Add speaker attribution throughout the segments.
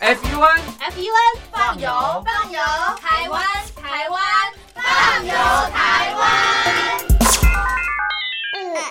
Speaker 1: F U N
Speaker 2: F U N
Speaker 3: 放油
Speaker 2: 放油，台湾台湾放油台湾。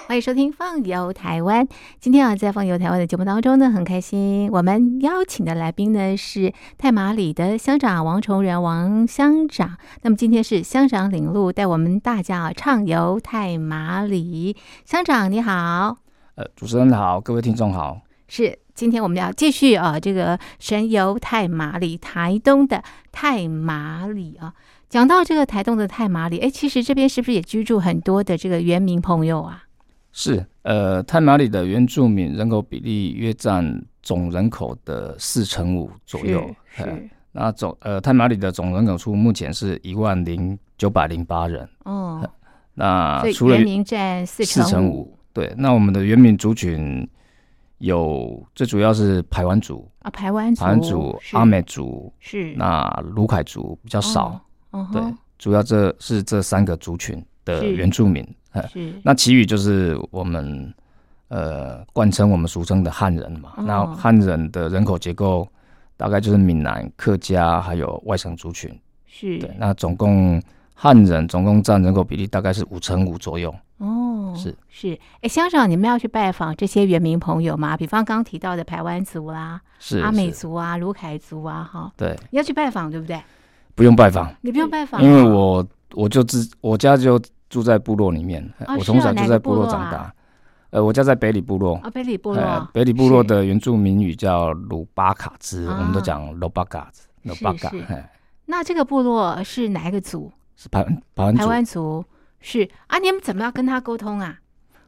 Speaker 4: 欢迎收听《放游台湾》。今天啊，在《放游台湾》的节目当中呢，很开心，我们邀请的来宾呢是太马里的乡长王崇仁王乡长。那么今天是乡长领路，带我们大家啊畅游太马里。乡长你好，
Speaker 5: 呃，主持人好，各位听众好。
Speaker 4: 是今天我们要继续啊这个神游太马里，台东的太马里啊。讲到这个台东的太马里，哎，其实这边是不是也居住很多的这个原民朋友啊？
Speaker 5: 是，呃，太马里的原住民人口比例约占总人口的四成五左右。
Speaker 4: 是
Speaker 5: 呃
Speaker 4: 是
Speaker 5: 那总呃，太马里的总人口数目前是一万零九百零八人。
Speaker 4: 哦。
Speaker 5: 那
Speaker 4: 所以
Speaker 5: 除了
Speaker 4: 原民占四
Speaker 5: 啊四成
Speaker 4: 五
Speaker 5: 五，对，那我们的原民族群有最主要是排湾族、
Speaker 4: 啊，排湾族、
Speaker 5: 排湾族、
Speaker 4: 是
Speaker 5: 阿美族，
Speaker 4: 是
Speaker 5: 那卢凯族比较少。
Speaker 4: 哦，
Speaker 5: 对，主要这是这三个族群的
Speaker 4: 是
Speaker 5: 原住民。呃
Speaker 4: 对，是
Speaker 5: 那其余就是我们呃，贯称我们俗称的汉人嘛。
Speaker 4: 哦
Speaker 5: 那汉人的人口结构大概就是闽南、客家还有外省族群。
Speaker 4: 是
Speaker 5: 对，那总共汉人总共占人口比例大概是五成五左右。
Speaker 4: 哦，
Speaker 5: 是
Speaker 4: 是，哎，乡长，你们要去拜访这些原民朋友吗？比方刚提到的排湾族啦、
Speaker 5: 是
Speaker 4: 阿美
Speaker 5: 是
Speaker 4: 族啊、卢凯族啊，哈，
Speaker 5: 对，
Speaker 4: 你要去拜访，对不对？
Speaker 5: 不用拜访，
Speaker 4: 你不用拜访啊，
Speaker 5: 嗯因为我我就自我家就住在部落里面，
Speaker 4: 哦
Speaker 5: 我
Speaker 4: 是
Speaker 5: 从
Speaker 4: 哦
Speaker 5: 小
Speaker 4: 哪
Speaker 5: 就
Speaker 4: 个
Speaker 5: 在
Speaker 4: 部
Speaker 5: 部落
Speaker 4: 落
Speaker 5: 长
Speaker 4: 啊
Speaker 5: 大。呃，我家在北里部落。
Speaker 4: 啊，北里部
Speaker 5: 呃
Speaker 4: 落，，
Speaker 5: 北里部落
Speaker 4: 是
Speaker 5: 的原住民语叫鲁巴卡兹，我们都
Speaker 4: 啊
Speaker 5: 讲鲁巴卡兹，鲁
Speaker 4: 是
Speaker 5: 巴卡，
Speaker 4: 是
Speaker 5: 嘿
Speaker 4: 那这个部落是哪一个族？
Speaker 5: 是排湾排湾
Speaker 4: 排
Speaker 5: 族。
Speaker 4: 湾族是啊，你们怎么样跟他沟通啊？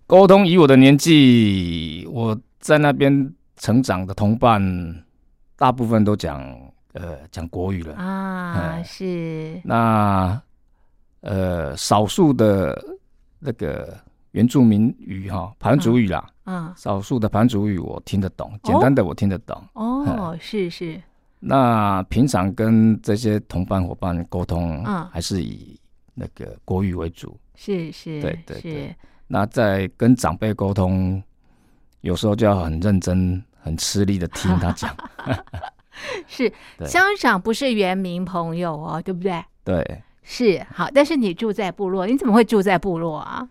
Speaker 5: 沟通以我的年纪，我在那边成长的同伴，大部分都讲呃讲国语了。
Speaker 4: 啊，
Speaker 5: 哎
Speaker 4: 是
Speaker 5: 那呃少数的那个原住民语哈，排湾族语啦，
Speaker 4: 啊，
Speaker 5: 少数的排湾族语我听得懂，简
Speaker 4: 哦
Speaker 5: 单的我听得懂。哎
Speaker 4: 哦，是是，
Speaker 5: 那平常跟这些同伴伙伴沟通，
Speaker 4: 嗯
Speaker 5: 还是以那个国语为主。
Speaker 4: 是是，
Speaker 5: 对对对
Speaker 4: 是
Speaker 5: 那在跟长辈沟通，有时候就要很认真、很吃力的听他 讲。
Speaker 4: 是
Speaker 5: 对
Speaker 4: 乡长不是原民朋友哦，对不对？
Speaker 5: 对，
Speaker 4: 是好，但是你住在部落，你怎么会住在部落啊？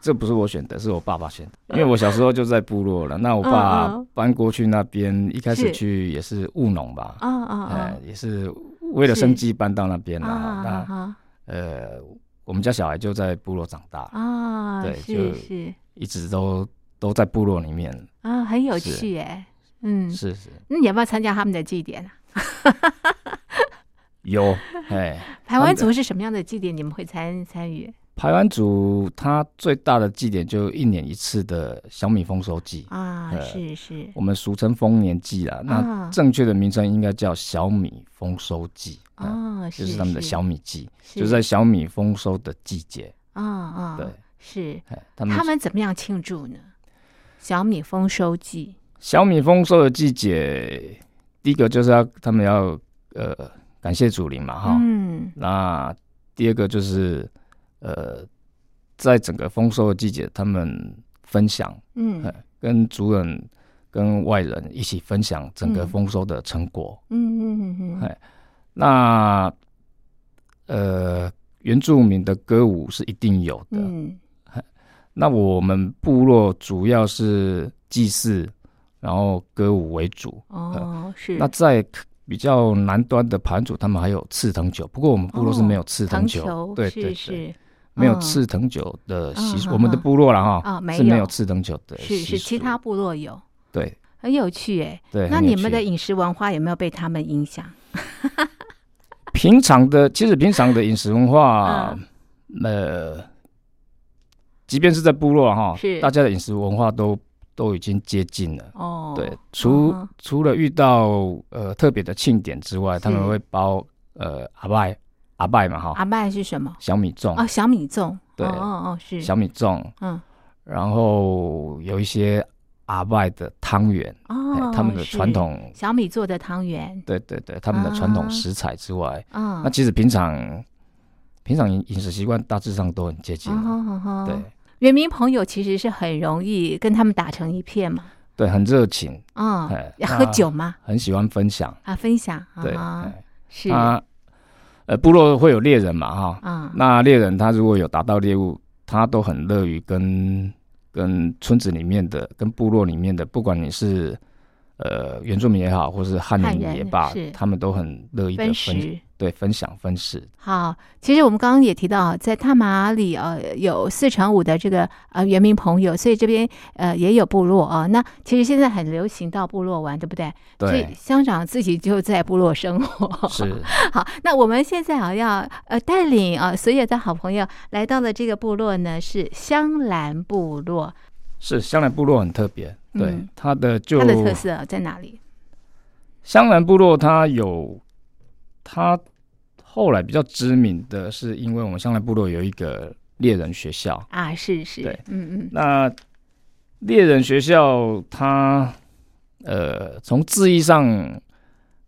Speaker 5: 这不是我选的，是我爸爸选的。因为我小时候就在部落了，那我爸
Speaker 4: 嗯嗯
Speaker 5: 搬过去那边，一开
Speaker 4: 是
Speaker 5: 始去也是务农吧，
Speaker 4: 啊啊
Speaker 5: 呃
Speaker 4: 啊，
Speaker 5: 也是为了
Speaker 4: 是
Speaker 5: 生计搬到那边
Speaker 4: 啊
Speaker 5: 了。那
Speaker 4: 啊
Speaker 5: 呃，我们家小孩就在部落长大，
Speaker 4: 啊啊！
Speaker 5: 对
Speaker 4: 是
Speaker 5: 就是一直都都在部落里面。
Speaker 4: 啊，很有
Speaker 5: 是
Speaker 4: 趣哎。嗯，
Speaker 5: 是是。
Speaker 4: 那你要不要参加他们的祭典啊？
Speaker 5: 有，哎，
Speaker 4: 台湾
Speaker 5: 们的
Speaker 4: 族是什么样的祭典？你们会参参与
Speaker 5: 排湾族它最大的祭典就一年一次的小米丰收季，
Speaker 4: 啊？
Speaker 5: 呃
Speaker 4: 是是
Speaker 5: 我们俗称丰年祭啦。
Speaker 4: 啊
Speaker 5: 那正确的名称应该叫小米丰收季，嗯
Speaker 4: 啊，
Speaker 5: 就是他们的小米季，
Speaker 4: 是
Speaker 5: 就是在小米丰收的季节。
Speaker 4: 啊啊，
Speaker 5: 对，
Speaker 4: 是
Speaker 5: 哎他们
Speaker 4: 他们怎么样庆祝呢？小米丰收季
Speaker 5: 小米丰收的季节，第一个就是要他们要呃感谢祖灵嘛哈，
Speaker 4: 嗯
Speaker 5: 那第二个就是呃在整个丰收的季节，他们分享。
Speaker 4: 嗯
Speaker 5: 哎跟族人、跟外人一起分享整个
Speaker 4: 嗯
Speaker 5: 丰收的成果。
Speaker 4: 嗯嗯嗯嗯
Speaker 5: 哎那呃，原住民的歌舞是一定有的。
Speaker 4: 嗯，
Speaker 5: 那我们部落主要是祭祀，然后歌舞为主。
Speaker 4: 哦，是
Speaker 5: 哎那在比较南端的盘主，他们还有刺藤酒，不过我们部落是没有刺
Speaker 4: 哦藤
Speaker 5: 酒，
Speaker 4: 球，
Speaker 5: 对
Speaker 4: 是
Speaker 5: 对对，
Speaker 4: 是
Speaker 5: 没有
Speaker 4: 嗯
Speaker 5: 刺藤酒的习
Speaker 4: 嗯
Speaker 5: 俗。
Speaker 4: 嗯
Speaker 5: 我们的
Speaker 4: 嗯
Speaker 5: 部落了哈，
Speaker 4: 啊没
Speaker 5: 是没
Speaker 4: 有
Speaker 5: 有刺藤酒的
Speaker 4: 是
Speaker 5: 习
Speaker 4: 是，其
Speaker 5: 俗
Speaker 4: 他部落有，
Speaker 5: 对
Speaker 4: 很有趣哎。
Speaker 5: 对。
Speaker 4: 那
Speaker 5: 很有
Speaker 4: 你们
Speaker 5: 趣
Speaker 4: 的饮食文化有没有被他们影响？
Speaker 5: 平常的，其实平常的饮食文化，
Speaker 4: 嗯
Speaker 5: 呃，即便是在部落哈
Speaker 4: 是，
Speaker 5: 大家的饮食文化都都已经接近了。
Speaker 4: 哦，
Speaker 5: 对，除、
Speaker 4: 嗯
Speaker 5: 除了遇到呃特别的庆典之外，
Speaker 4: 是
Speaker 5: 他们会包呃阿拜阿拜嘛哈，
Speaker 4: 阿麦是什么？
Speaker 5: 小米粽，
Speaker 4: 哦，小米粽，
Speaker 5: 对
Speaker 4: 哦哦哦，是
Speaker 5: 小米粽，
Speaker 4: 嗯
Speaker 5: 然后有一些阿拜的汤圆，哎
Speaker 4: 哦，
Speaker 5: 他们的
Speaker 4: 是
Speaker 5: 传统，
Speaker 4: 小米做的汤圆，
Speaker 5: 对对对，他们的传
Speaker 4: 啊
Speaker 5: 统食材之外，
Speaker 4: 嗯，
Speaker 5: 那其实平常平常饮饮食习惯大致上都很接近
Speaker 4: 哦
Speaker 5: 的，
Speaker 4: 哦哦，
Speaker 5: 对，
Speaker 4: 原民朋友其实是很容易跟他们打成一片嘛，
Speaker 5: 对，很热情，
Speaker 4: 哦
Speaker 5: 哎，
Speaker 4: 要
Speaker 5: 那
Speaker 4: 喝酒吗？
Speaker 5: 很喜欢分享。
Speaker 4: 啊，分享，
Speaker 5: 对，
Speaker 4: 啊哈
Speaker 5: 哎
Speaker 4: 是，
Speaker 5: 啊，呃，部落会有猎人嘛，哈，
Speaker 4: 啊，
Speaker 5: 那猎人他如果有打到猎物，他都很乐于跟跟村子里面的、跟部落里面的，不管你是呃原住民也好，或是汉
Speaker 4: 汉
Speaker 5: 人
Speaker 4: 人
Speaker 5: 也罢
Speaker 4: 是，
Speaker 5: 他们都很乐意的
Speaker 4: 分
Speaker 5: 分
Speaker 4: 食。
Speaker 5: 对分享分食。
Speaker 4: 好，其实我们刚刚也提到，啊在塔马里呃有四成五的这个呃原民朋友，所以这边呃也有部落啊、那其实现在很流行到部落玩，对不对？所以
Speaker 5: 对，
Speaker 4: 乡长自己就在部落生活。
Speaker 5: 是
Speaker 4: 好，那我们现在啊要呃带领啊所有的好朋友来到了这个部落呢，是香兰部落，
Speaker 5: 是，香兰部落很特别，对
Speaker 4: 嗯
Speaker 5: 它的就
Speaker 4: 它的特色在哪里？
Speaker 5: 香兰部落它有它后来比较知名的是，因为我们香兰部落有一个猎人学校，
Speaker 4: 啊，是是，
Speaker 5: 对
Speaker 4: 嗯嗯，
Speaker 5: 那猎人学校它，呃，从字义上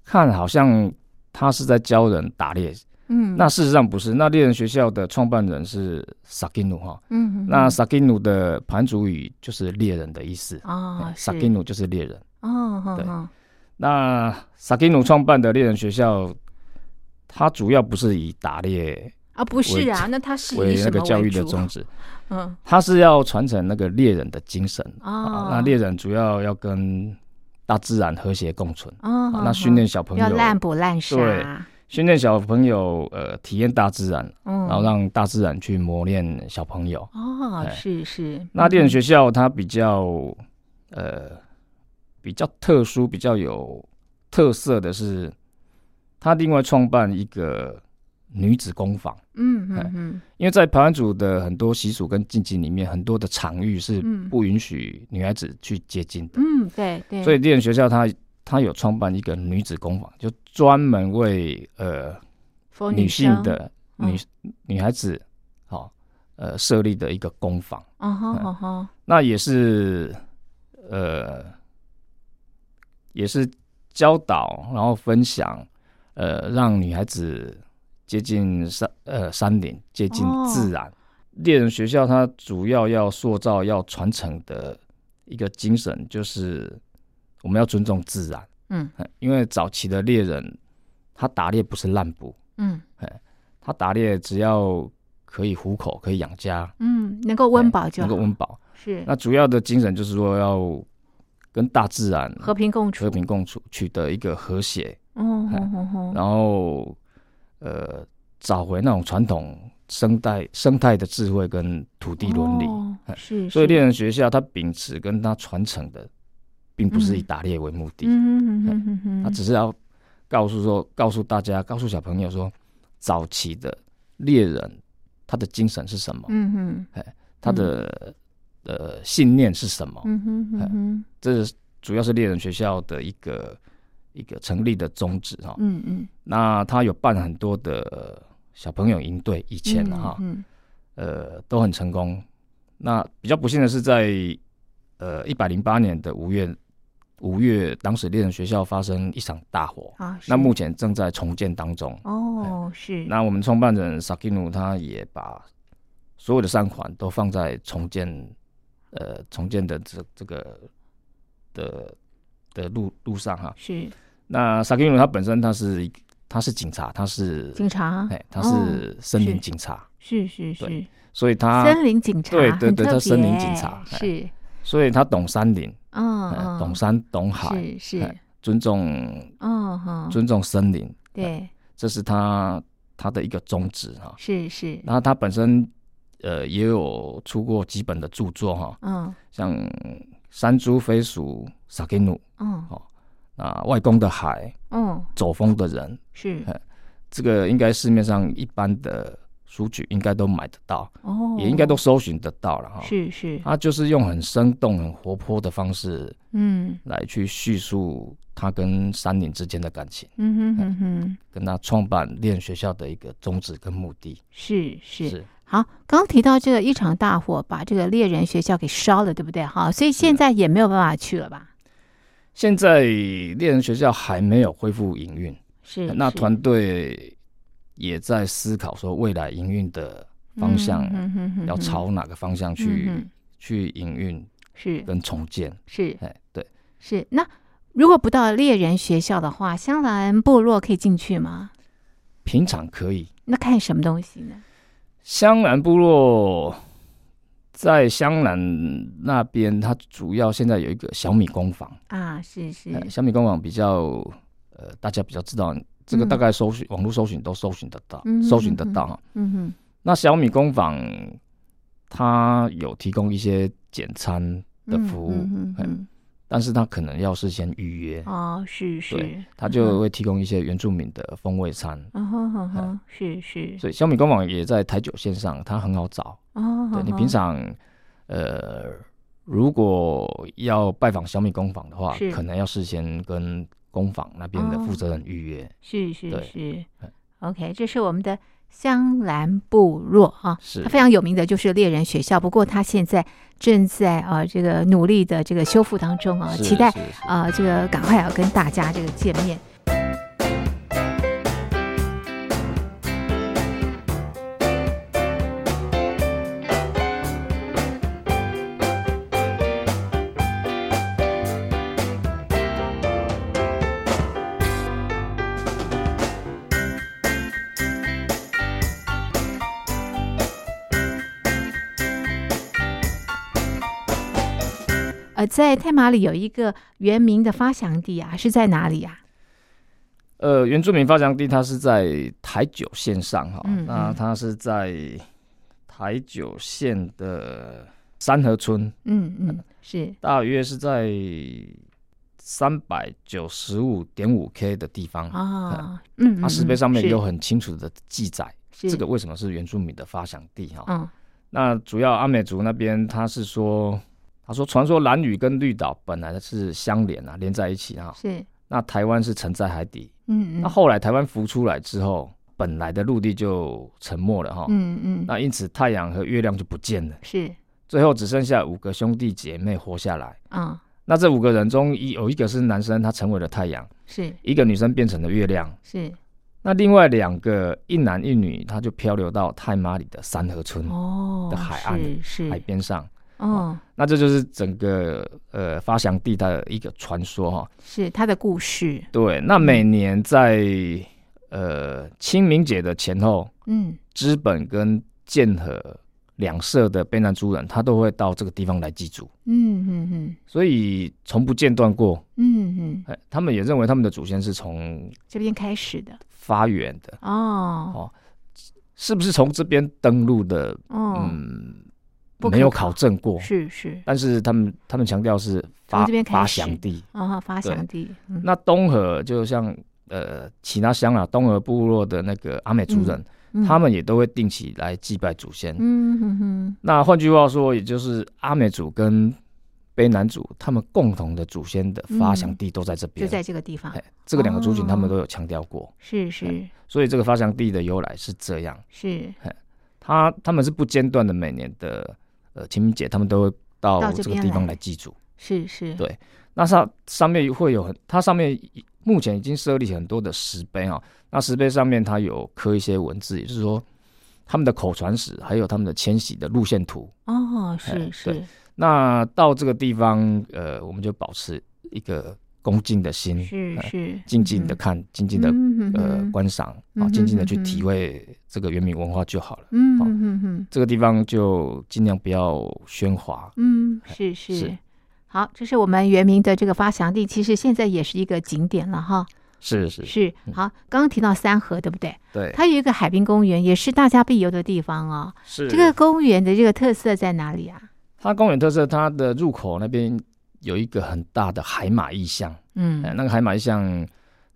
Speaker 5: 看，好像它是在教人打猎，
Speaker 4: 嗯，
Speaker 5: 那事实上不是。那猎人学校的创办人是萨金努哈，
Speaker 4: 嗯，嗯
Speaker 5: 那
Speaker 4: 嗯
Speaker 5: 萨金努的盘族语就是猎人的意思，
Speaker 4: 哦
Speaker 5: 萨
Speaker 4: 是
Speaker 5: 金努就是猎人。
Speaker 4: 哦哦
Speaker 5: 对
Speaker 4: 哦，
Speaker 5: 那萨金努创办的猎人学校，它主要不是以打猎
Speaker 4: 啊不是啊，那它是以
Speaker 5: 为
Speaker 4: 什
Speaker 5: 那
Speaker 4: 么
Speaker 5: 个教育的
Speaker 4: 主啊
Speaker 5: 宗旨，
Speaker 4: 嗯
Speaker 5: 它是要传承那个猎人的精神。
Speaker 4: 哦
Speaker 5: 啊，，那猎人主要要跟大自然和谐共存。
Speaker 4: 哦，
Speaker 5: 啊
Speaker 4: 哦
Speaker 5: 那训练小
Speaker 4: 哦
Speaker 5: 朋
Speaker 4: 要滥
Speaker 5: 友，
Speaker 4: 捕滥杀，
Speaker 5: 对训练小朋友，呃，体验大自然，
Speaker 4: 嗯，
Speaker 5: 然后让大自然去磨练小朋友。
Speaker 4: 哦
Speaker 5: 哎
Speaker 4: 是是，
Speaker 5: 那猎
Speaker 4: 嗯
Speaker 5: 人学校它比较，呃，比较特殊、比较有特色的是，它另外创办一个女子工坊，
Speaker 4: 嗯
Speaker 5: 哎
Speaker 4: 嗯嗯
Speaker 5: 因为在排湾族的很多习俗跟禁忌里面，很多的场域是
Speaker 4: 嗯
Speaker 5: 不允许女孩子去接近的。
Speaker 4: 嗯，对对，
Speaker 5: 所以猎人学校它它有创办一个女子工坊，就专门为呃
Speaker 4: 佛
Speaker 5: 女性
Speaker 4: 哦生，嗯
Speaker 5: 的女、女孩子，好、呃设立的一个工坊。
Speaker 4: 哦吼
Speaker 5: 哎
Speaker 4: 吼吼，
Speaker 5: 那也是呃也是教导，然后分享，呃让女孩子接近山呃山林，接近
Speaker 4: 哦
Speaker 5: 自然。猎人学校它主要要塑造、要传承的一个精神，就是我们要尊重自然。
Speaker 4: 嗯
Speaker 5: 因为早期的猎人，他打猎不是滥捕，
Speaker 4: 嗯
Speaker 5: 他打猎只要可以糊口、可以养家、
Speaker 4: 嗯，能够温饱就
Speaker 5: 哎能
Speaker 4: 好
Speaker 5: 够，温饱。
Speaker 4: 是
Speaker 5: 那主要的精神就是说要跟大自然
Speaker 4: 和平共处
Speaker 5: 和，平共处，取得一个和谐，
Speaker 4: 哦吼吼吼，
Speaker 5: 然后呃找回那种传统生态生态的智慧跟土地伦理。
Speaker 4: 哦
Speaker 5: 哎
Speaker 4: 是，
Speaker 5: 所
Speaker 4: 是
Speaker 5: 以猎人学校它秉持跟它传承的，并不是以
Speaker 4: 嗯
Speaker 5: 打猎为目的，
Speaker 4: 嗯嗯嗯嗯嗯，
Speaker 5: 它只是要告诉说告诉大家，告诉小朋友说，早期的猎人他的精神是什么，
Speaker 4: 嗯嗯
Speaker 5: 他的呃信念是什么，
Speaker 4: 嗯哼嗯哼
Speaker 5: 这是主要是猎人学校的一个一个成立的宗旨哈、
Speaker 4: 嗯嗯，
Speaker 5: 那他有办很多的呃小朋友营队，以前
Speaker 4: 嗯
Speaker 5: 哈、
Speaker 4: 嗯
Speaker 5: 呃都很成功。那比较不幸的是在，呃一百零八年的五月，五月当时猎人学校发生一场大火，
Speaker 4: 啊，
Speaker 5: 那
Speaker 4: 是
Speaker 5: 目前正在重建当中。
Speaker 4: 哦是，
Speaker 5: 那我们创办人萨 a 努他也把所有的善款都放在重建，呃，重建的这这个的的路路上哈。
Speaker 4: 是
Speaker 5: 那萨 a 努他本身他是一他是警察，他是
Speaker 4: 警察，
Speaker 5: 哎他
Speaker 4: 哦
Speaker 5: 是森
Speaker 4: 是
Speaker 5: 林警察，
Speaker 4: 是是
Speaker 5: 对
Speaker 4: 是，
Speaker 5: 所以他
Speaker 4: 森林警察，
Speaker 5: 啊对对
Speaker 4: 很
Speaker 5: 对
Speaker 4: 特
Speaker 5: 他森林
Speaker 4: 别
Speaker 5: 警察哎
Speaker 4: 是，
Speaker 5: 所以他懂山林，
Speaker 4: 嗯
Speaker 5: 哎
Speaker 4: 嗯，
Speaker 5: 懂山懂海，
Speaker 4: 是是
Speaker 5: 哎，尊重
Speaker 4: 嗯哼，
Speaker 5: 尊重森林，
Speaker 4: 对，
Speaker 5: 这是他他的一个宗旨哈。
Speaker 4: 是是，
Speaker 5: 然后他本身呃也有出过几本的著作哈，
Speaker 4: 嗯
Speaker 5: 像《山猪飞鼠》《萨基努》
Speaker 4: 嗯
Speaker 5: 啊，《外公的海》《
Speaker 4: 嗯，
Speaker 5: 走风的人》，
Speaker 4: 是
Speaker 5: 哎这个应该市面上一般的书局应该都买得到，
Speaker 4: 哦，
Speaker 5: 也应该都啊搜寻得到了哈。
Speaker 4: 是是，
Speaker 5: 他就是用很生动、很活泼的方式
Speaker 4: 嗯
Speaker 5: 来去叙述他跟山林之间的感情，
Speaker 4: 嗯哼哼哼，
Speaker 5: 跟他创办练学校的一个宗旨跟目的。
Speaker 4: 是是。好，刚提到这个一场大火把这个猎人学校给烧了，对不对？哈，所以现在也没有办法去了吧？
Speaker 5: 现在猎人学校还没有恢复营运，
Speaker 4: 是，
Speaker 5: 哎那
Speaker 4: 是
Speaker 5: 团队也在思考说未来营运的方向
Speaker 4: 嗯哼哼哼哼
Speaker 5: 要朝哪个方向去、
Speaker 4: 嗯哼
Speaker 5: 去营运，
Speaker 4: 是
Speaker 5: 跟重建。
Speaker 4: 是
Speaker 5: 哎，对，
Speaker 4: 是。那如果不到猎人学校的话，香兰部落可以进去吗？
Speaker 5: 平常可以。
Speaker 4: 那看什么东西呢？
Speaker 5: 香兰部落在香兰那边，它主要现在有一个小米工坊。
Speaker 4: 啊，是是，
Speaker 5: 呃小米官网比较呃，大家比较知道，这个
Speaker 4: 嗯
Speaker 5: 大概搜寻、网络搜寻都搜寻得到，
Speaker 4: 嗯哼
Speaker 5: 搜寻得
Speaker 4: 嗯哼
Speaker 5: 到哈。
Speaker 4: 嗯哼，
Speaker 5: 那小米工坊它有提供一些简餐的
Speaker 4: 嗯
Speaker 5: 服务，
Speaker 4: 嗯
Speaker 5: 哎
Speaker 4: 嗯
Speaker 5: 但是它可能要事先预约
Speaker 4: 嗯，，哦，嗯是是
Speaker 5: 对，它就会提供一些原住民的风味餐。
Speaker 4: 哦吼吼吼，是是，
Speaker 5: 所以小米官网也在台九线上，它很好找。
Speaker 4: 哦，
Speaker 5: 对
Speaker 4: 吼
Speaker 5: 你
Speaker 4: 吼
Speaker 5: 平常呃，如果要拜访小米工坊的话
Speaker 4: 是，
Speaker 5: 可能要事先跟工坊那边的负责人预约。
Speaker 4: 是是
Speaker 5: 对
Speaker 4: 是
Speaker 5: 哎
Speaker 4: ，OK，这是我们的香兰部落啊，
Speaker 5: 是
Speaker 4: 它非常有名的就是猎人学校，不过它现在正在啊这个努力的这个修复当中啊，
Speaker 5: 是
Speaker 4: 期待
Speaker 5: 是是
Speaker 4: 啊、这个赶快要跟大家这个见面。呃，在泰马里有一个原名的发祥地啊，是在哪里啊？
Speaker 5: 呃，原住民发祥地它是在台九线上哈，
Speaker 4: 嗯
Speaker 5: 那
Speaker 4: 嗯
Speaker 5: 它是在台九线的三河村，
Speaker 4: 嗯嗯，是
Speaker 5: 大约是在三百九十五点五 K 的地方。
Speaker 4: 啊，嗯，
Speaker 5: 它石碑上面有
Speaker 4: 很
Speaker 5: 很清楚的记载，这个为什么是原住民的发祥地哈？
Speaker 4: 嗯
Speaker 5: 那主要阿美族那边他是说，他说传说蓝屿跟绿岛本来是相连啊，连在一起啊。
Speaker 4: 是
Speaker 5: 那台湾是沉在海底，
Speaker 4: 嗯嗯
Speaker 5: 那后来台湾浮出来之后，本来的陆地就沉没了哈。
Speaker 4: 嗯嗯
Speaker 5: 啊那因此太阳和月亮就不见了，
Speaker 4: 是
Speaker 5: 最后只剩下五个兄弟姐妹活下来。
Speaker 4: 啊
Speaker 5: 那这五个人中，一有一个是男生，他成为了太阳；
Speaker 4: 是
Speaker 5: 一个女生变成了月亮。
Speaker 4: 是
Speaker 5: 那另外两个一男一女，他就漂流到泰马里的三河村、
Speaker 4: 哦
Speaker 5: 的嗯海岸
Speaker 4: 是是
Speaker 5: 海边啊上。
Speaker 4: 哦
Speaker 5: 那这就是整个呃发祥地的一个传说哈。
Speaker 4: 是他的故事
Speaker 5: 对，那每年在呃清明节的前后，
Speaker 4: 嗯
Speaker 5: 资本跟剑河两社的卑南族人，他都会到这个地方来祭祖，
Speaker 4: 嗯嗯嗯
Speaker 5: 所以从不间断过。
Speaker 4: 嗯嗯
Speaker 5: 哎，他们也认为他们的祖先是从
Speaker 4: 这边开始的
Speaker 5: 发源的，
Speaker 4: 哦
Speaker 5: 是不是从这边登陆的？
Speaker 4: 哦
Speaker 5: 嗯，
Speaker 4: 不可
Speaker 5: 没有
Speaker 4: 考
Speaker 5: 考证过。
Speaker 4: 是是
Speaker 5: 但是他们他们强调是
Speaker 4: 从
Speaker 5: 发
Speaker 4: 这边开
Speaker 5: 发
Speaker 4: 始
Speaker 5: 祥地。
Speaker 4: 啊发
Speaker 5: 对
Speaker 4: 祥地嗯
Speaker 5: 那东河就像呃其他乡啊，东河部落的那个阿美族人，
Speaker 4: 嗯
Speaker 5: 他们也都会定期来祭拜祖先。
Speaker 4: 嗯嗯嗯
Speaker 5: 那换句话说，也就是阿美族跟卑南族他们共同的祖先的发祥地都在这
Speaker 4: 嗯
Speaker 5: 边。
Speaker 4: 就在这个地方
Speaker 5: 哎这个两个族群，
Speaker 4: 哦
Speaker 5: 他们都有强调过，
Speaker 4: 是是
Speaker 5: 所以这个发祥地的由来是这样。
Speaker 4: 是
Speaker 5: 他他们是不间断的，每年的呃清明节，他们都会
Speaker 4: 到
Speaker 5: 到
Speaker 4: 这
Speaker 5: 这个
Speaker 4: 边
Speaker 5: 地方
Speaker 4: 来
Speaker 5: 来祭祖。
Speaker 4: 是是
Speaker 5: 对那上上面会有很，它上面目前已经设立很多的石碑啊、那石碑上面它有刻一些文字，也就是说他们的口传史，还有他们的迁徙的路线图。
Speaker 4: 哦是
Speaker 5: 哎
Speaker 4: 是
Speaker 5: 对那到这个地方，呃，我们就保持一个恭敬的心，
Speaker 4: 是
Speaker 5: 哎
Speaker 4: 是
Speaker 5: 静静的看，静静的
Speaker 4: 嗯
Speaker 5: 呃
Speaker 4: 嗯
Speaker 5: 观赏
Speaker 4: 嗯
Speaker 5: 啊，
Speaker 4: 哼
Speaker 5: 静静的去
Speaker 4: 嗯哼
Speaker 5: 体会这个原民文化就好了。
Speaker 4: 嗯
Speaker 5: 好
Speaker 4: 嗯嗯。
Speaker 5: 这个地方就尽量不要喧哗，
Speaker 4: 嗯，是是。
Speaker 5: 哎是
Speaker 4: 好，这是我们原名的这个发祥地，其实现在也是一个景点了哈。
Speaker 5: 是是，嗯
Speaker 4: 是，好，刚刚提到三河，对不对？
Speaker 5: 对，
Speaker 4: 它有一个海滨公园，也是大家必游的地方哦。
Speaker 5: 是
Speaker 4: 这个公园的这个特色在哪里啊？
Speaker 5: 它公园特色，它的入口那边有一个很大的海马意象，
Speaker 4: 嗯
Speaker 5: 哎，那个海马意象，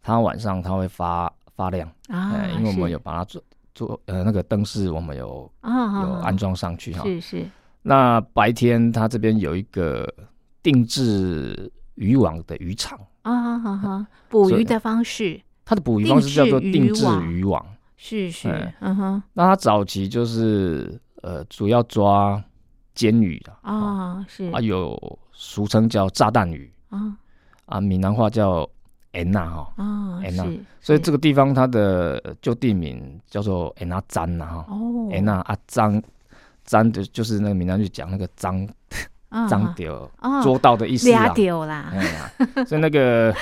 Speaker 5: 它晚上它会发发亮，
Speaker 4: 啊
Speaker 5: 哎，，因为我们
Speaker 4: 是
Speaker 5: 有把它做做呃那个灯饰，我们有
Speaker 4: 啊
Speaker 5: 有安装上去哈。
Speaker 4: 是是
Speaker 5: 那白天它这边有一个定制渔网的渔场，
Speaker 4: 啊哈哈，捕
Speaker 5: 嗯所
Speaker 4: 鱼
Speaker 5: 以
Speaker 4: 的方式
Speaker 5: 它的捕鱼方式叫做
Speaker 4: 定
Speaker 5: 定
Speaker 4: 制渔
Speaker 5: 制
Speaker 4: 网
Speaker 5: 渔网。
Speaker 4: 是是
Speaker 5: 哎
Speaker 4: 嗯哼
Speaker 5: 那它早期就是呃主要抓尖鱼啊，
Speaker 4: 啊是
Speaker 5: 啊有俗称叫炸弹鱼
Speaker 4: 啊
Speaker 5: 啊，闽南话叫 n 呐哈。
Speaker 4: 啊
Speaker 5: 哎那
Speaker 4: 是，
Speaker 5: 所以
Speaker 4: 个
Speaker 5: 这个地方它的呃旧地名叫做 n 那漳呐哈
Speaker 4: 哦
Speaker 5: n 那啊漳漳的就是那个闽南语讲那个漳
Speaker 4: 啊
Speaker 5: 张丢
Speaker 4: 哦，
Speaker 5: 捉到的意思
Speaker 4: 俩
Speaker 5: 啊。
Speaker 4: 丢啦，
Speaker 5: 哎呀，所以那个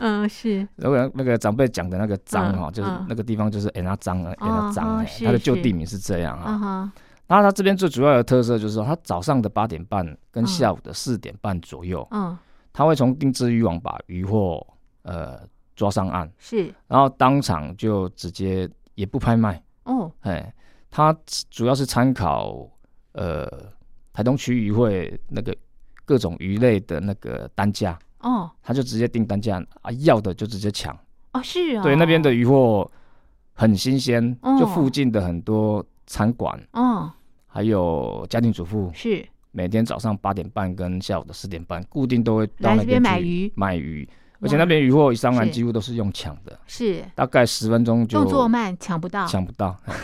Speaker 4: 嗯，是，
Speaker 5: 那个那个长辈讲的那个张哈，
Speaker 4: 嗯
Speaker 5: 就是
Speaker 4: 嗯
Speaker 5: 那个地方就是哎那张哎那
Speaker 4: 哦
Speaker 5: 张哎，
Speaker 4: 是
Speaker 5: 它的旧
Speaker 4: 是
Speaker 5: 地名是这样啊
Speaker 4: 啊。哈，
Speaker 5: 那它这边最主要的特色就是说，它早上的八点半跟
Speaker 4: 嗯
Speaker 5: 下午的四点半左右，
Speaker 4: 嗯，
Speaker 5: 它会从定制渔网把渔获呃抓上岸，
Speaker 4: 是，
Speaker 5: 然后当场就直接也不拍卖，
Speaker 4: 哦，
Speaker 5: 哎，它主要是参考呃台东区渔会那个各种鱼类的那个单价，
Speaker 4: 哦，
Speaker 5: 它就直接定单价啊，要的就直接抢。
Speaker 4: 哦，是啊，
Speaker 5: 对，那边的，渔获很新鲜，
Speaker 4: 哦
Speaker 5: 就附近的很多餐馆
Speaker 4: 哦，
Speaker 5: 还有家庭主妇，
Speaker 4: 是
Speaker 5: 每天早上八点半跟下午的四点半，固定都会到
Speaker 4: 来
Speaker 5: 那
Speaker 4: 这边买
Speaker 5: 去
Speaker 4: 鱼
Speaker 5: 买鱼，而且
Speaker 4: 哇
Speaker 5: 那边鱼货一上岸
Speaker 4: 是
Speaker 5: 几乎都是用抢的，
Speaker 4: 是，
Speaker 5: 大概十分钟就
Speaker 4: 动作慢，抢不到，
Speaker 5: 抢不到，哎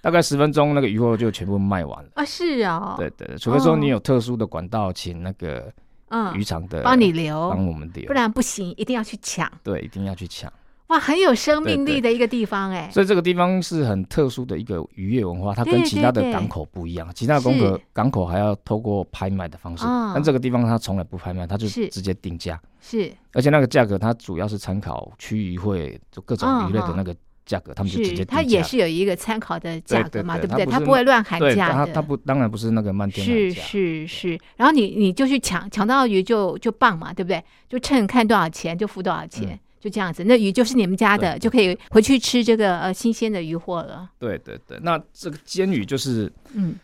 Speaker 5: 大概十分钟那个鱼货就全部卖完了。
Speaker 4: 啊，是啊，
Speaker 5: 对，对，对除非说你
Speaker 4: 哦
Speaker 5: 有特殊的管道，请那个
Speaker 4: 嗯
Speaker 5: 渔，场的
Speaker 4: 帮你留
Speaker 5: 帮，我们留
Speaker 4: 不，然不行，一定要去抢，
Speaker 5: 对，一定要去抢。
Speaker 4: 哇，很有生
Speaker 5: 对
Speaker 4: 命
Speaker 5: 对
Speaker 4: 力的一个地方，哎，
Speaker 5: 所以这个地方是很特殊的一个渔业文化，它跟
Speaker 4: 对
Speaker 5: 其他的
Speaker 4: 对对
Speaker 5: 港口不一样，其他的港口
Speaker 4: 是
Speaker 5: 港口还要透过拍卖的方式，
Speaker 4: 嗯
Speaker 5: 但这个地方它从来不拍卖，它就是直接定价。
Speaker 4: 是，
Speaker 5: 而且那个价格，它主要是参考区域会就各种鱼类的那个价格，他们就直接
Speaker 4: 是，
Speaker 5: 定价。
Speaker 4: 它也是有一个参考的价格
Speaker 5: 对
Speaker 4: 嘛，
Speaker 5: 对
Speaker 4: 对不
Speaker 5: 它
Speaker 4: 对？
Speaker 5: 不
Speaker 4: 它
Speaker 5: 是
Speaker 4: 不会乱喊
Speaker 5: 对，
Speaker 4: 价
Speaker 5: 它
Speaker 4: 的
Speaker 5: 它。不当然不是那个漫天
Speaker 4: 是
Speaker 5: 喊价，
Speaker 4: 是是，然后你你就去抢，抢到鱼就就棒嘛，对不对？就趁看多少钱就付多少钱，
Speaker 5: 嗯
Speaker 4: 就这样子。那鱼就是你们家的，
Speaker 5: 对
Speaker 4: 就可以回去吃这个呃新鲜的鱼货了。
Speaker 5: 对对对。那这个煎鱼就是
Speaker 4: 嗯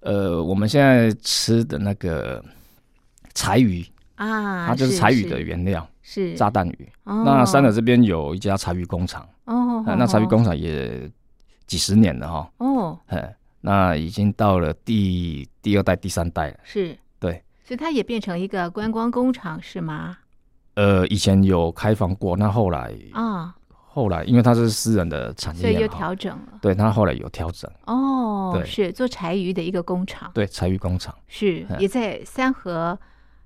Speaker 5: 呃我们现在吃的那个柴鱼，
Speaker 4: 啊，
Speaker 5: 它就是柴鱼的
Speaker 4: 是
Speaker 5: 原料，
Speaker 4: 是
Speaker 5: 炸弹鱼。
Speaker 4: 哦
Speaker 5: 那三德这边有一家柴鱼工厂，
Speaker 4: 哦，
Speaker 5: 啊那柴鱼
Speaker 4: 哦
Speaker 5: 工厂也几十年了哈，
Speaker 4: 哦
Speaker 5: 哎，那已经到了第第二代、第三代了。
Speaker 4: 是，
Speaker 5: 对，
Speaker 4: 所以它也变成一个观光工厂是吗？
Speaker 5: 呃，以前有开放过，那后来
Speaker 4: 啊，
Speaker 5: 后来，因为它是私人的产
Speaker 4: 所以
Speaker 5: 业
Speaker 4: 又
Speaker 5: 嘛，
Speaker 4: 调整了。
Speaker 5: 对它后来有调整，
Speaker 4: 哦，
Speaker 5: 对
Speaker 4: 是做柴鱼的一个工厂，
Speaker 5: 对柴鱼工厂，
Speaker 4: 是
Speaker 5: 嗯
Speaker 4: 也在三河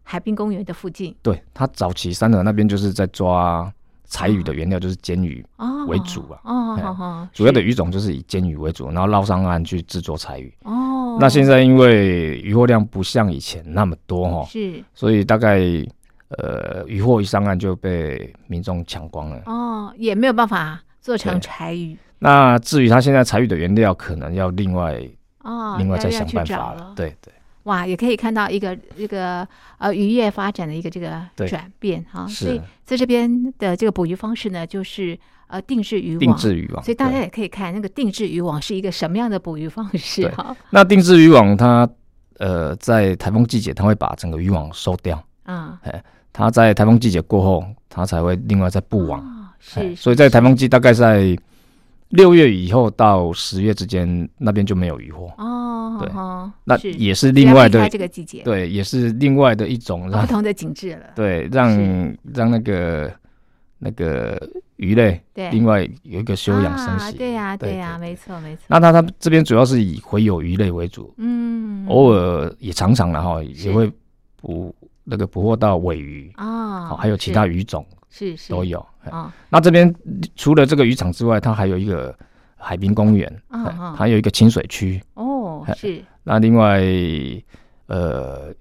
Speaker 4: 海滨公园的附近
Speaker 5: 对它早期三河那边就是在抓柴鱼的原料，就是煎鱼，
Speaker 4: 哦
Speaker 5: 为主啊
Speaker 4: 哦
Speaker 5: 哎
Speaker 4: 好好，
Speaker 5: 主要
Speaker 4: 是
Speaker 5: 的鱼种就是以煎鱼为主，然后捞上岸去制作柴鱼。
Speaker 4: 哦，
Speaker 5: 那现在哦因为渔获量不像以前那么多哈，
Speaker 4: 是
Speaker 5: 所以大概呃渔获一上岸就被民众抢光了。
Speaker 4: 哦，也没有办法做成
Speaker 5: 对
Speaker 4: 柴鱼
Speaker 5: 那至于它现在柴鱼的原料，可能要另外
Speaker 4: 哦，
Speaker 5: 另外
Speaker 4: 要
Speaker 5: 再
Speaker 4: 要
Speaker 5: 想
Speaker 4: 去
Speaker 5: 办
Speaker 4: 找
Speaker 5: 法
Speaker 4: 了。，
Speaker 5: 对对。
Speaker 4: 哇，也可以看到一个一个呃渔业发展的一个这个
Speaker 5: 对
Speaker 4: 转变哈。哦所
Speaker 5: 是
Speaker 4: 以在这边的这个捕鱼方式呢，就是呃定制渔网，
Speaker 5: 定制渔网，
Speaker 4: 所以大
Speaker 5: 对
Speaker 4: 家也可以看那个定制渔网是一个什么样的捕鱼方式
Speaker 5: 对
Speaker 4: 哈。
Speaker 5: 那定制渔网它，呃，在台风季节，它会把整个渔网收掉。
Speaker 4: 啊，
Speaker 5: 它在台风季节过后，它才会另外再布网。
Speaker 4: 哦
Speaker 5: 哎
Speaker 4: 是，
Speaker 5: 所以在台风季大概在六月以后到十月之间，那边就没有渔获。
Speaker 4: 哦，
Speaker 5: 对
Speaker 4: 哦
Speaker 5: 那
Speaker 4: 是
Speaker 5: 也是
Speaker 4: 只要
Speaker 5: 另外
Speaker 4: 避开
Speaker 5: 的，
Speaker 4: 这个季节，
Speaker 5: 对，也是另外的一种
Speaker 4: 不
Speaker 5: 让
Speaker 4: 同的景致了，
Speaker 5: 对让
Speaker 4: 是
Speaker 5: 让那个那个鱼类
Speaker 4: 对，
Speaker 5: 另外有一个休养生
Speaker 4: 啊
Speaker 5: 息。
Speaker 4: 对呀，
Speaker 5: 对
Speaker 4: 对呀，
Speaker 5: 对
Speaker 4: 没错没错，
Speaker 5: 那它它这边主要是以洄游鱼类为主，
Speaker 4: 嗯，
Speaker 5: 偶尔也常常然后
Speaker 4: 是
Speaker 5: 也会捕那个捕获到尾鱼，
Speaker 4: 啊，
Speaker 5: 好，还有其他鱼种
Speaker 4: 是是
Speaker 5: 都有。哎
Speaker 4: 啊，
Speaker 5: 那这边除了这个渔场之外，它还有一个海滨公园，
Speaker 4: 嗯
Speaker 5: 哎
Speaker 4: 嗯
Speaker 5: 还有一个清水区。
Speaker 4: 哦，
Speaker 5: 哎
Speaker 4: 是
Speaker 5: 那另外，呃，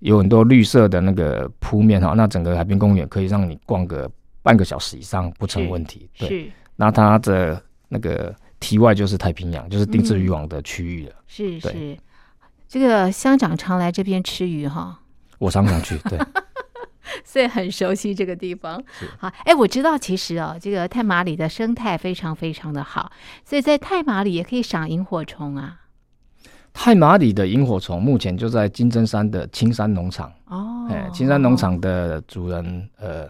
Speaker 5: 有很多绿色的那个铺面哈，那整个海滨公园可以让你逛个半个小时以上不成
Speaker 4: 是
Speaker 5: 问题。对，
Speaker 4: 是
Speaker 5: 那它的那个题外就是太平洋，就是定制渔网的区域了。
Speaker 4: 是
Speaker 5: 对
Speaker 4: 是，这个乡长常来这边吃鱼哈，
Speaker 5: 我常常去，对，
Speaker 4: 所以很熟悉这个地方
Speaker 5: 是。
Speaker 4: 好，哎，我知道其实哦，这个太马里的生态非常非常的好，所以在太马里也可以赏萤火虫啊。
Speaker 5: 太马里的萤火虫目前就在金针山的青山农场，
Speaker 4: 哦
Speaker 5: 哎、，青山农场的主人呃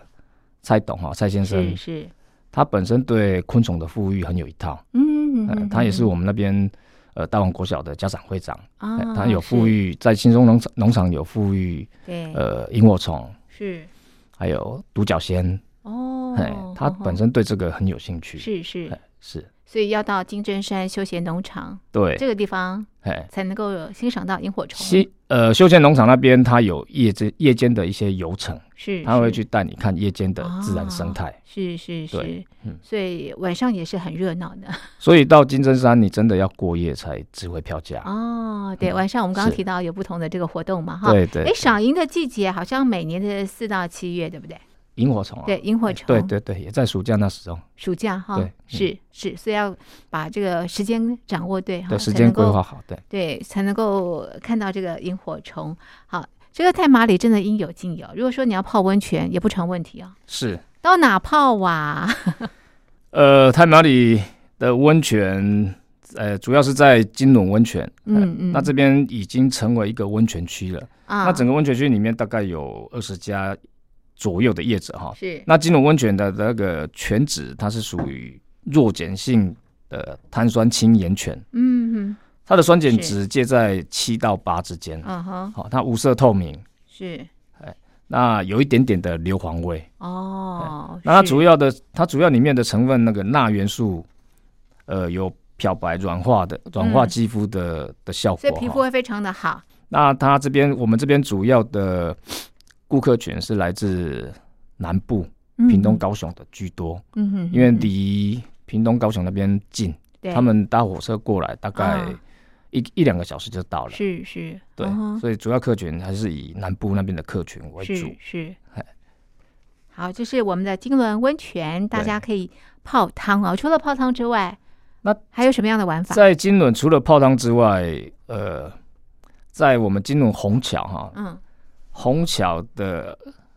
Speaker 5: 蔡董哈蔡先
Speaker 4: 是
Speaker 5: 生，
Speaker 4: 是，
Speaker 5: 他本身对昆虫的富裕很有一套，
Speaker 4: 嗯，
Speaker 5: 呃
Speaker 4: 嗯
Speaker 5: 他也是
Speaker 4: 嗯
Speaker 5: 我们那边呃大王国小的家长会长，
Speaker 4: 啊
Speaker 5: 哎，他有
Speaker 4: 是
Speaker 5: 富裕在青松农场农场有富裕
Speaker 4: 对，
Speaker 5: 呃萤火虫，
Speaker 4: 是
Speaker 5: 还有独角仙，
Speaker 4: 哦
Speaker 5: 哎、，他
Speaker 4: 哦
Speaker 5: 本身对这个很有兴趣，
Speaker 4: 是是
Speaker 5: 哎，是
Speaker 4: 所以要到金针山休闲农场
Speaker 5: 对
Speaker 4: 这，个地方
Speaker 5: 哎，
Speaker 4: 才能够欣赏到萤火虫。
Speaker 5: 西呃休闲农场那边它有夜间夜间的一些游程，
Speaker 4: 是，
Speaker 5: 他会
Speaker 4: 是啊
Speaker 5: 去带你看夜间的自然生态。
Speaker 4: 是是是
Speaker 5: 对嗯，啊
Speaker 4: 所以晚上也是很热闹的
Speaker 5: 所以到金针山，你真的要过夜才值回票价。
Speaker 4: 哦。对，晚上我们刚刚提到有不同的这个活动嘛，哈。
Speaker 5: 嗯对对
Speaker 4: 哎，，赏萤的季节好像每年的四到七月，对不对？
Speaker 5: 萤火虫啊，
Speaker 4: 对，萤火虫，
Speaker 5: 对，对对，也在暑假那时候，
Speaker 4: 暑假哈
Speaker 5: 对嗯，
Speaker 4: 是是，所以要把这个时间掌握对哈，
Speaker 5: 对时
Speaker 4: 才
Speaker 5: 间
Speaker 4: 能够
Speaker 5: 规划好，对
Speaker 4: 对，才能够看到这个萤火虫。好，这个太马里真的应有尽有。如果说你要泡温泉，也不成问题啊、
Speaker 5: 是。
Speaker 4: 到哪泡啊哇？
Speaker 5: 呃，太马里的温泉，呃，主要是在金轮温泉，呃
Speaker 4: 嗯嗯
Speaker 5: 那这边已经成为一个温泉区了。
Speaker 4: 啊，
Speaker 5: 那整个温泉区里面大概有二十家左右的业者哈。
Speaker 4: 是
Speaker 5: 那金轮温泉的那个泉质，它是属于弱碱性的碳酸氢盐泉，
Speaker 4: 嗯嗯
Speaker 5: 它的酸碱
Speaker 4: 是
Speaker 5: 值介在七到八之间。
Speaker 4: 嗯哼，
Speaker 5: 好、它无色透明，
Speaker 4: 是
Speaker 5: 那有一点点的硫磺味。
Speaker 4: 哦。
Speaker 5: 那它
Speaker 4: 是
Speaker 5: 主要的，它主要里面的成分那个钠元素，呃，有漂白软化的软化
Speaker 4: 嗯
Speaker 5: 肌肤的、的效
Speaker 4: 所
Speaker 5: 果
Speaker 4: 以皮
Speaker 5: 哈
Speaker 4: 肤会非常的好。
Speaker 5: 那它这边我们这边主要的顾客群是来自南部，屏东、高雄的居多，
Speaker 4: 嗯哼，嗯哼，
Speaker 5: 嗯因为离屏东高雄那边近，
Speaker 4: 对
Speaker 5: 他们搭火车过来大概
Speaker 4: 啊
Speaker 5: 一、一两个小时就到了。
Speaker 4: 是是，
Speaker 5: 对，
Speaker 4: 嗯哼
Speaker 5: 所以主要客群还是以南部那边的客群为主
Speaker 4: 是。是
Speaker 5: 哎。
Speaker 4: 好，这是我们的金轮温泉，大
Speaker 5: 对
Speaker 4: 家可以泡汤哦。除了泡汤之外，
Speaker 5: 那
Speaker 4: 还有什么样的玩法？
Speaker 5: 在金轮除了泡汤之外，呃，在我们金轮虹桥哈，
Speaker 4: 嗯，
Speaker 5: 虹桥的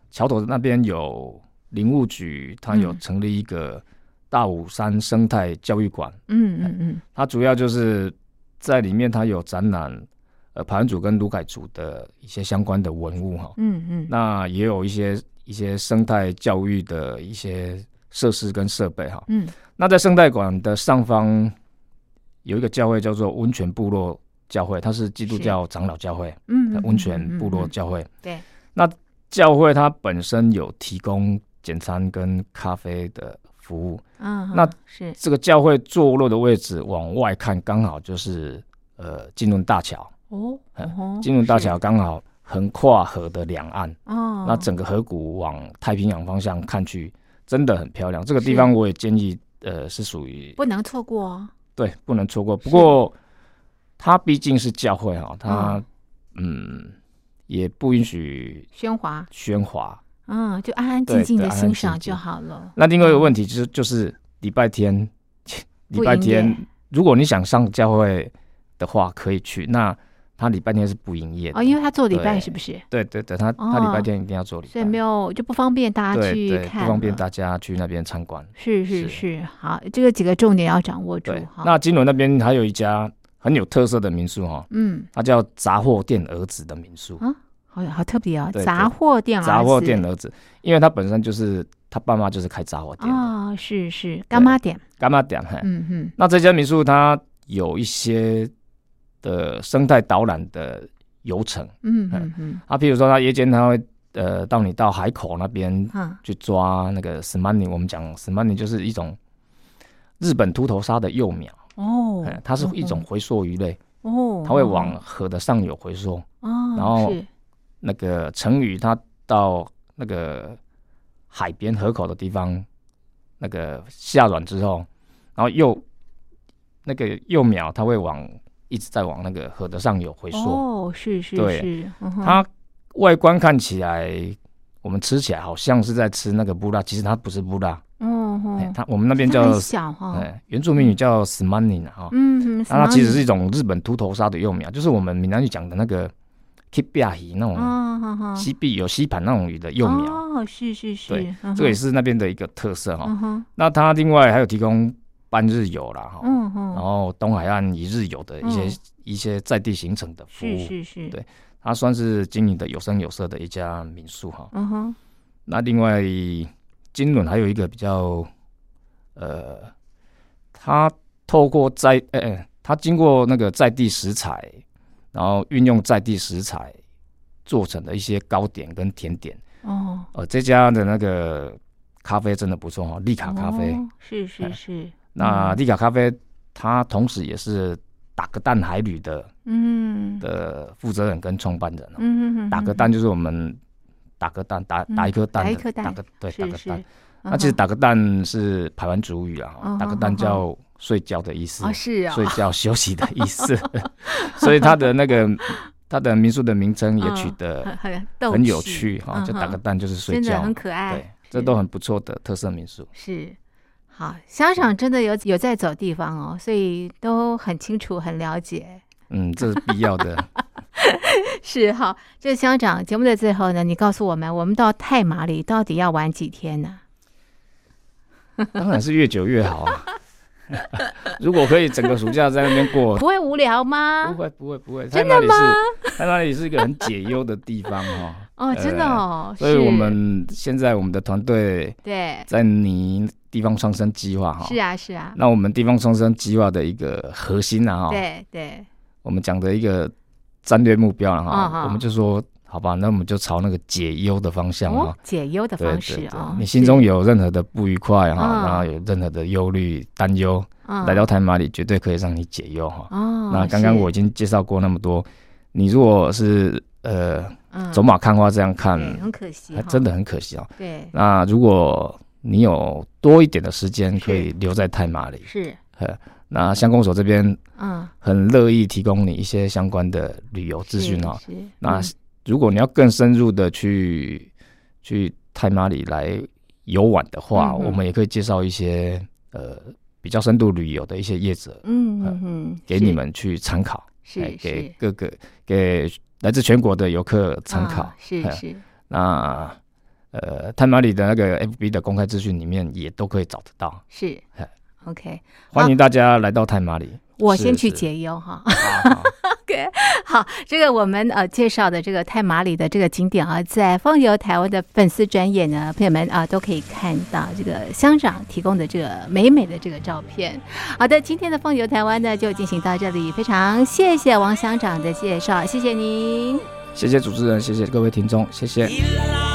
Speaker 5: 桥头那边有林务局，它有
Speaker 4: 嗯
Speaker 5: 成立一个大武山生态教育馆，
Speaker 4: 嗯嗯嗯，
Speaker 5: 它主要就是在里面它有展览，呃，排湾族跟卢凯族的一些相关的文物哈，
Speaker 4: 嗯嗯，
Speaker 5: 那也有一些一些生态教育的一些设施跟设备哈。
Speaker 4: 嗯
Speaker 5: 那在生态馆的上方有一个教会叫做温泉部落教会，它是基督
Speaker 4: 是
Speaker 5: 教长老教会。
Speaker 4: 嗯，嗯
Speaker 5: 温泉部
Speaker 4: 嗯
Speaker 5: 落
Speaker 4: 嗯嗯
Speaker 5: 教会。
Speaker 4: 对，
Speaker 5: 那教会它本身有提供简餐跟咖啡的服务。
Speaker 4: 嗯，嗯
Speaker 5: 那
Speaker 4: 是
Speaker 5: 这个教会坐落的位置往外看，刚好就是呃金轮大桥。
Speaker 4: 哦，
Speaker 5: 哎
Speaker 4: 哦
Speaker 5: 金轮大
Speaker 4: 是
Speaker 5: 桥刚好横跨河的两岸，
Speaker 4: 哦，
Speaker 5: 那整个河谷往太平洋方向看去，真的很漂亮。这个地方我也建议，呃，是属于
Speaker 4: 不能错过哦。
Speaker 5: 对，不能错过。不
Speaker 4: 是
Speaker 5: 过，它毕竟是教会哈，它嗯，也不允许
Speaker 4: 喧哗，
Speaker 5: 喧哗，
Speaker 4: 嗯，就安安
Speaker 5: 对
Speaker 4: 静静
Speaker 5: 对
Speaker 4: 的
Speaker 5: 安安
Speaker 4: 欣
Speaker 5: 静
Speaker 4: 赏就
Speaker 5: 静
Speaker 4: 好了。
Speaker 5: 那另外一个问题就是，就是礼拜天，礼
Speaker 4: 不
Speaker 5: 拜
Speaker 4: 营业
Speaker 5: 天，如果你想上教会的话，可以去。那他礼拜天是不营业的，
Speaker 4: 哦，因为他做礼拜
Speaker 5: 对
Speaker 4: 是不是？
Speaker 5: 对对对，他他
Speaker 4: 哦
Speaker 5: 礼拜天一定要做礼拜，
Speaker 4: 所以没有就不方便大家
Speaker 5: 对
Speaker 4: 去
Speaker 5: 对，不
Speaker 4: 看，
Speaker 5: 方便。大家去那边参观。
Speaker 4: 是是
Speaker 5: 是
Speaker 4: 是，好，这个几个重点要掌握住
Speaker 5: 对
Speaker 4: 哈，。
Speaker 5: 那金轮那边还有一家很有特色的民宿哈，
Speaker 4: 嗯，
Speaker 5: 它叫杂货店儿子的民宿
Speaker 4: 啊。好好特别哦，
Speaker 5: 对对
Speaker 4: 杂货店儿子，
Speaker 5: 杂货店儿子，因为他本身就是他爸妈就是开杂货店的，
Speaker 4: 哦，是是干妈店，
Speaker 5: 干妈店嘿。
Speaker 4: 嗯嗯，
Speaker 5: 那这家民宿它有一些的生态导览的游程
Speaker 4: 嗯嗯嗯
Speaker 5: 啊，譬如说它夜间它会呃到你到海口那边
Speaker 4: 嗯，
Speaker 5: 去抓那个 s m a n i 我们讲 s m a n i 就是一种日本秃头鲨的幼苗，
Speaker 4: 哦
Speaker 5: 哎，它是一种回溯鱼类，
Speaker 4: 哦，
Speaker 5: 它会往河的上游回溯。
Speaker 4: 哦，
Speaker 5: 然后
Speaker 4: 是
Speaker 5: 那个成语它到那个海边河口的地方，那个下软之后，然后幼那个幼苗它会往一直在往那个河的上游回溯。
Speaker 4: 哦，是是
Speaker 5: 对
Speaker 4: 是，嗯哼
Speaker 5: 它外观看起来，我们吃起来好像是在吃那个布拉，其实它不是布拉，
Speaker 4: 哦
Speaker 5: 哎
Speaker 4: 哦，
Speaker 5: 它我们那边
Speaker 4: 它
Speaker 5: 叫
Speaker 4: 很小哈，
Speaker 5: 哎原住民语叫 s m a n i n 啊，
Speaker 4: 嗯，
Speaker 5: 那它其实是
Speaker 4: 是
Speaker 5: 一种日本秃头鲨的幼苗，就是我们闽南语讲的那个 kibia 鱼那种
Speaker 4: 哦，哈哈，
Speaker 5: 西壁有吸盘那种鱼的幼苗。
Speaker 4: 哦，是是是，
Speaker 5: 对
Speaker 4: 嗯哼，
Speaker 5: 这个也是那边的一个特色哈、
Speaker 4: 嗯哼，
Speaker 5: 那它另外还有提供半日游啦哈、
Speaker 4: 嗯
Speaker 5: 哦
Speaker 4: 哼，
Speaker 5: 然后东海岸一日游的一些、
Speaker 4: 嗯
Speaker 5: 一些在地行程的服务，
Speaker 4: 是是是，
Speaker 5: 对它算是经营的有声有色的一家民宿哈、
Speaker 4: 嗯哼，
Speaker 5: 那另外金轮还有一个比较，呃，它透过在呃、呃它经过那个在地食材，然后运用在地食材做成的一些糕点跟甜点。
Speaker 4: 哦，
Speaker 5: 呃，这家的那个咖啡真的不错哦，利卡咖啡。
Speaker 4: 哦是是嗯
Speaker 5: 哎
Speaker 4: 是，
Speaker 5: 那利卡咖啡，它同时也是打个蛋海旅的
Speaker 4: 嗯
Speaker 5: 的负责人跟创办人哦、
Speaker 4: 嗯，
Speaker 5: 打个蛋就是我们打个蛋，打打一颗蛋
Speaker 4: 打
Speaker 5: 的，
Speaker 4: 一颗蛋
Speaker 5: 打个对，打
Speaker 4: 是
Speaker 5: 个蛋
Speaker 4: 是。，嗯
Speaker 5: 那其实打个蛋是排湾族语啊，
Speaker 4: 嗯哼
Speaker 5: 打个蛋叫睡觉的意思，
Speaker 4: 哦是啊，
Speaker 5: 睡觉休息的意 思，所以它的那个它的民宿的名称也取
Speaker 4: 很
Speaker 5: 得
Speaker 4: 很逗
Speaker 5: 很有
Speaker 4: 气
Speaker 5: 趣哈，
Speaker 4: 嗯
Speaker 5: 就打个
Speaker 4: 哼
Speaker 5: 蛋就是睡
Speaker 4: 真的
Speaker 5: 觉
Speaker 4: 很，可爱，
Speaker 5: 对，这都很不错的特色民宿。
Speaker 4: 是。 好，乡长真的有有在走地方哦，所以都很清楚、很了解。
Speaker 5: 嗯，这是必要的。
Speaker 4: 是好，这乡长节目的最后呢，你告诉我们，我们到泰马里到底要玩几天呢？
Speaker 5: 当然是越久越好啊。 如果可以整个暑假在那边过，
Speaker 4: 不会无聊吗
Speaker 5: 不？会不会不会，
Speaker 4: 真的
Speaker 5: 在那里是，在那里是一个很解忧的地方 哦。
Speaker 4: 哦，真的哦，
Speaker 5: 所以我
Speaker 4: 是
Speaker 5: 们现在我们的团队
Speaker 4: 对，
Speaker 5: 在拟地方创生计划哈、
Speaker 4: 是啊，是啊，
Speaker 5: 那我们地方创生计划的一个核心啊哈、
Speaker 4: 对对，
Speaker 5: 我们讲的一个战略目标了哈、
Speaker 4: 嗯嗯
Speaker 5: 我们就说好吧，那我们就朝那个解忧的方向哈、
Speaker 4: 哦，解忧的
Speaker 5: 啊对
Speaker 4: 方
Speaker 5: 对
Speaker 4: 式
Speaker 5: 对
Speaker 4: 哦，，
Speaker 5: 你心中有任何的不愉快哈、
Speaker 4: 嗯
Speaker 5: 然后有任何的忧虑、担忧，来
Speaker 4: 来
Speaker 5: 到台马里绝对可以让你解忧哈、
Speaker 4: 嗯哦，
Speaker 5: 那刚刚
Speaker 4: 是
Speaker 5: 我已经介绍过那么多，你如果是呃
Speaker 4: 嗯
Speaker 5: 走马看花这样看，
Speaker 4: 对很可惜
Speaker 5: 还
Speaker 4: 哈，
Speaker 5: 真的很可惜哦。
Speaker 4: 对
Speaker 5: 那如果你有多一点的时间
Speaker 4: 是
Speaker 5: 可以留在泰马里，
Speaker 4: 是
Speaker 5: 那乡公所这边
Speaker 4: 嗯
Speaker 5: 很乐意提供你一些相关的旅游资讯哦。
Speaker 4: 是是
Speaker 5: 那
Speaker 4: 嗯
Speaker 5: 如果你要更深入的去去泰马里来游玩的话，
Speaker 4: 嗯嗯
Speaker 5: 我们也可以介绍一些呃比较深度旅游的一些业者
Speaker 4: 嗯嗯嗯，
Speaker 5: 呃给
Speaker 4: 是
Speaker 5: 你们去参考。哎
Speaker 4: 是
Speaker 5: 给
Speaker 4: 是
Speaker 5: 各个给来自全国的游客参考。
Speaker 4: 啊是
Speaker 5: 哎
Speaker 4: 是
Speaker 5: 那呃，探马里的那个 FB 的公开资讯里面也都可以找得到，
Speaker 4: 是
Speaker 5: 哎
Speaker 4: ，OK，
Speaker 5: 欢迎大家来到探马里。
Speaker 4: 我
Speaker 5: 是
Speaker 4: 先去
Speaker 5: 是
Speaker 4: 解忧哈。
Speaker 5: 啊好
Speaker 4: OK，好， 这个我们呃介绍的这个泰马里的这个景点啊，在风游台湾的粉丝专业呢，朋友们啊都可以看到这个乡长提供的这个美美的这个照片。好的，今天的风游台湾呢就进行到这里，非常谢谢王乡长的介绍，谢谢您。
Speaker 5: 谢谢主持人，谢谢各位听众，谢谢。
Speaker 1: 一来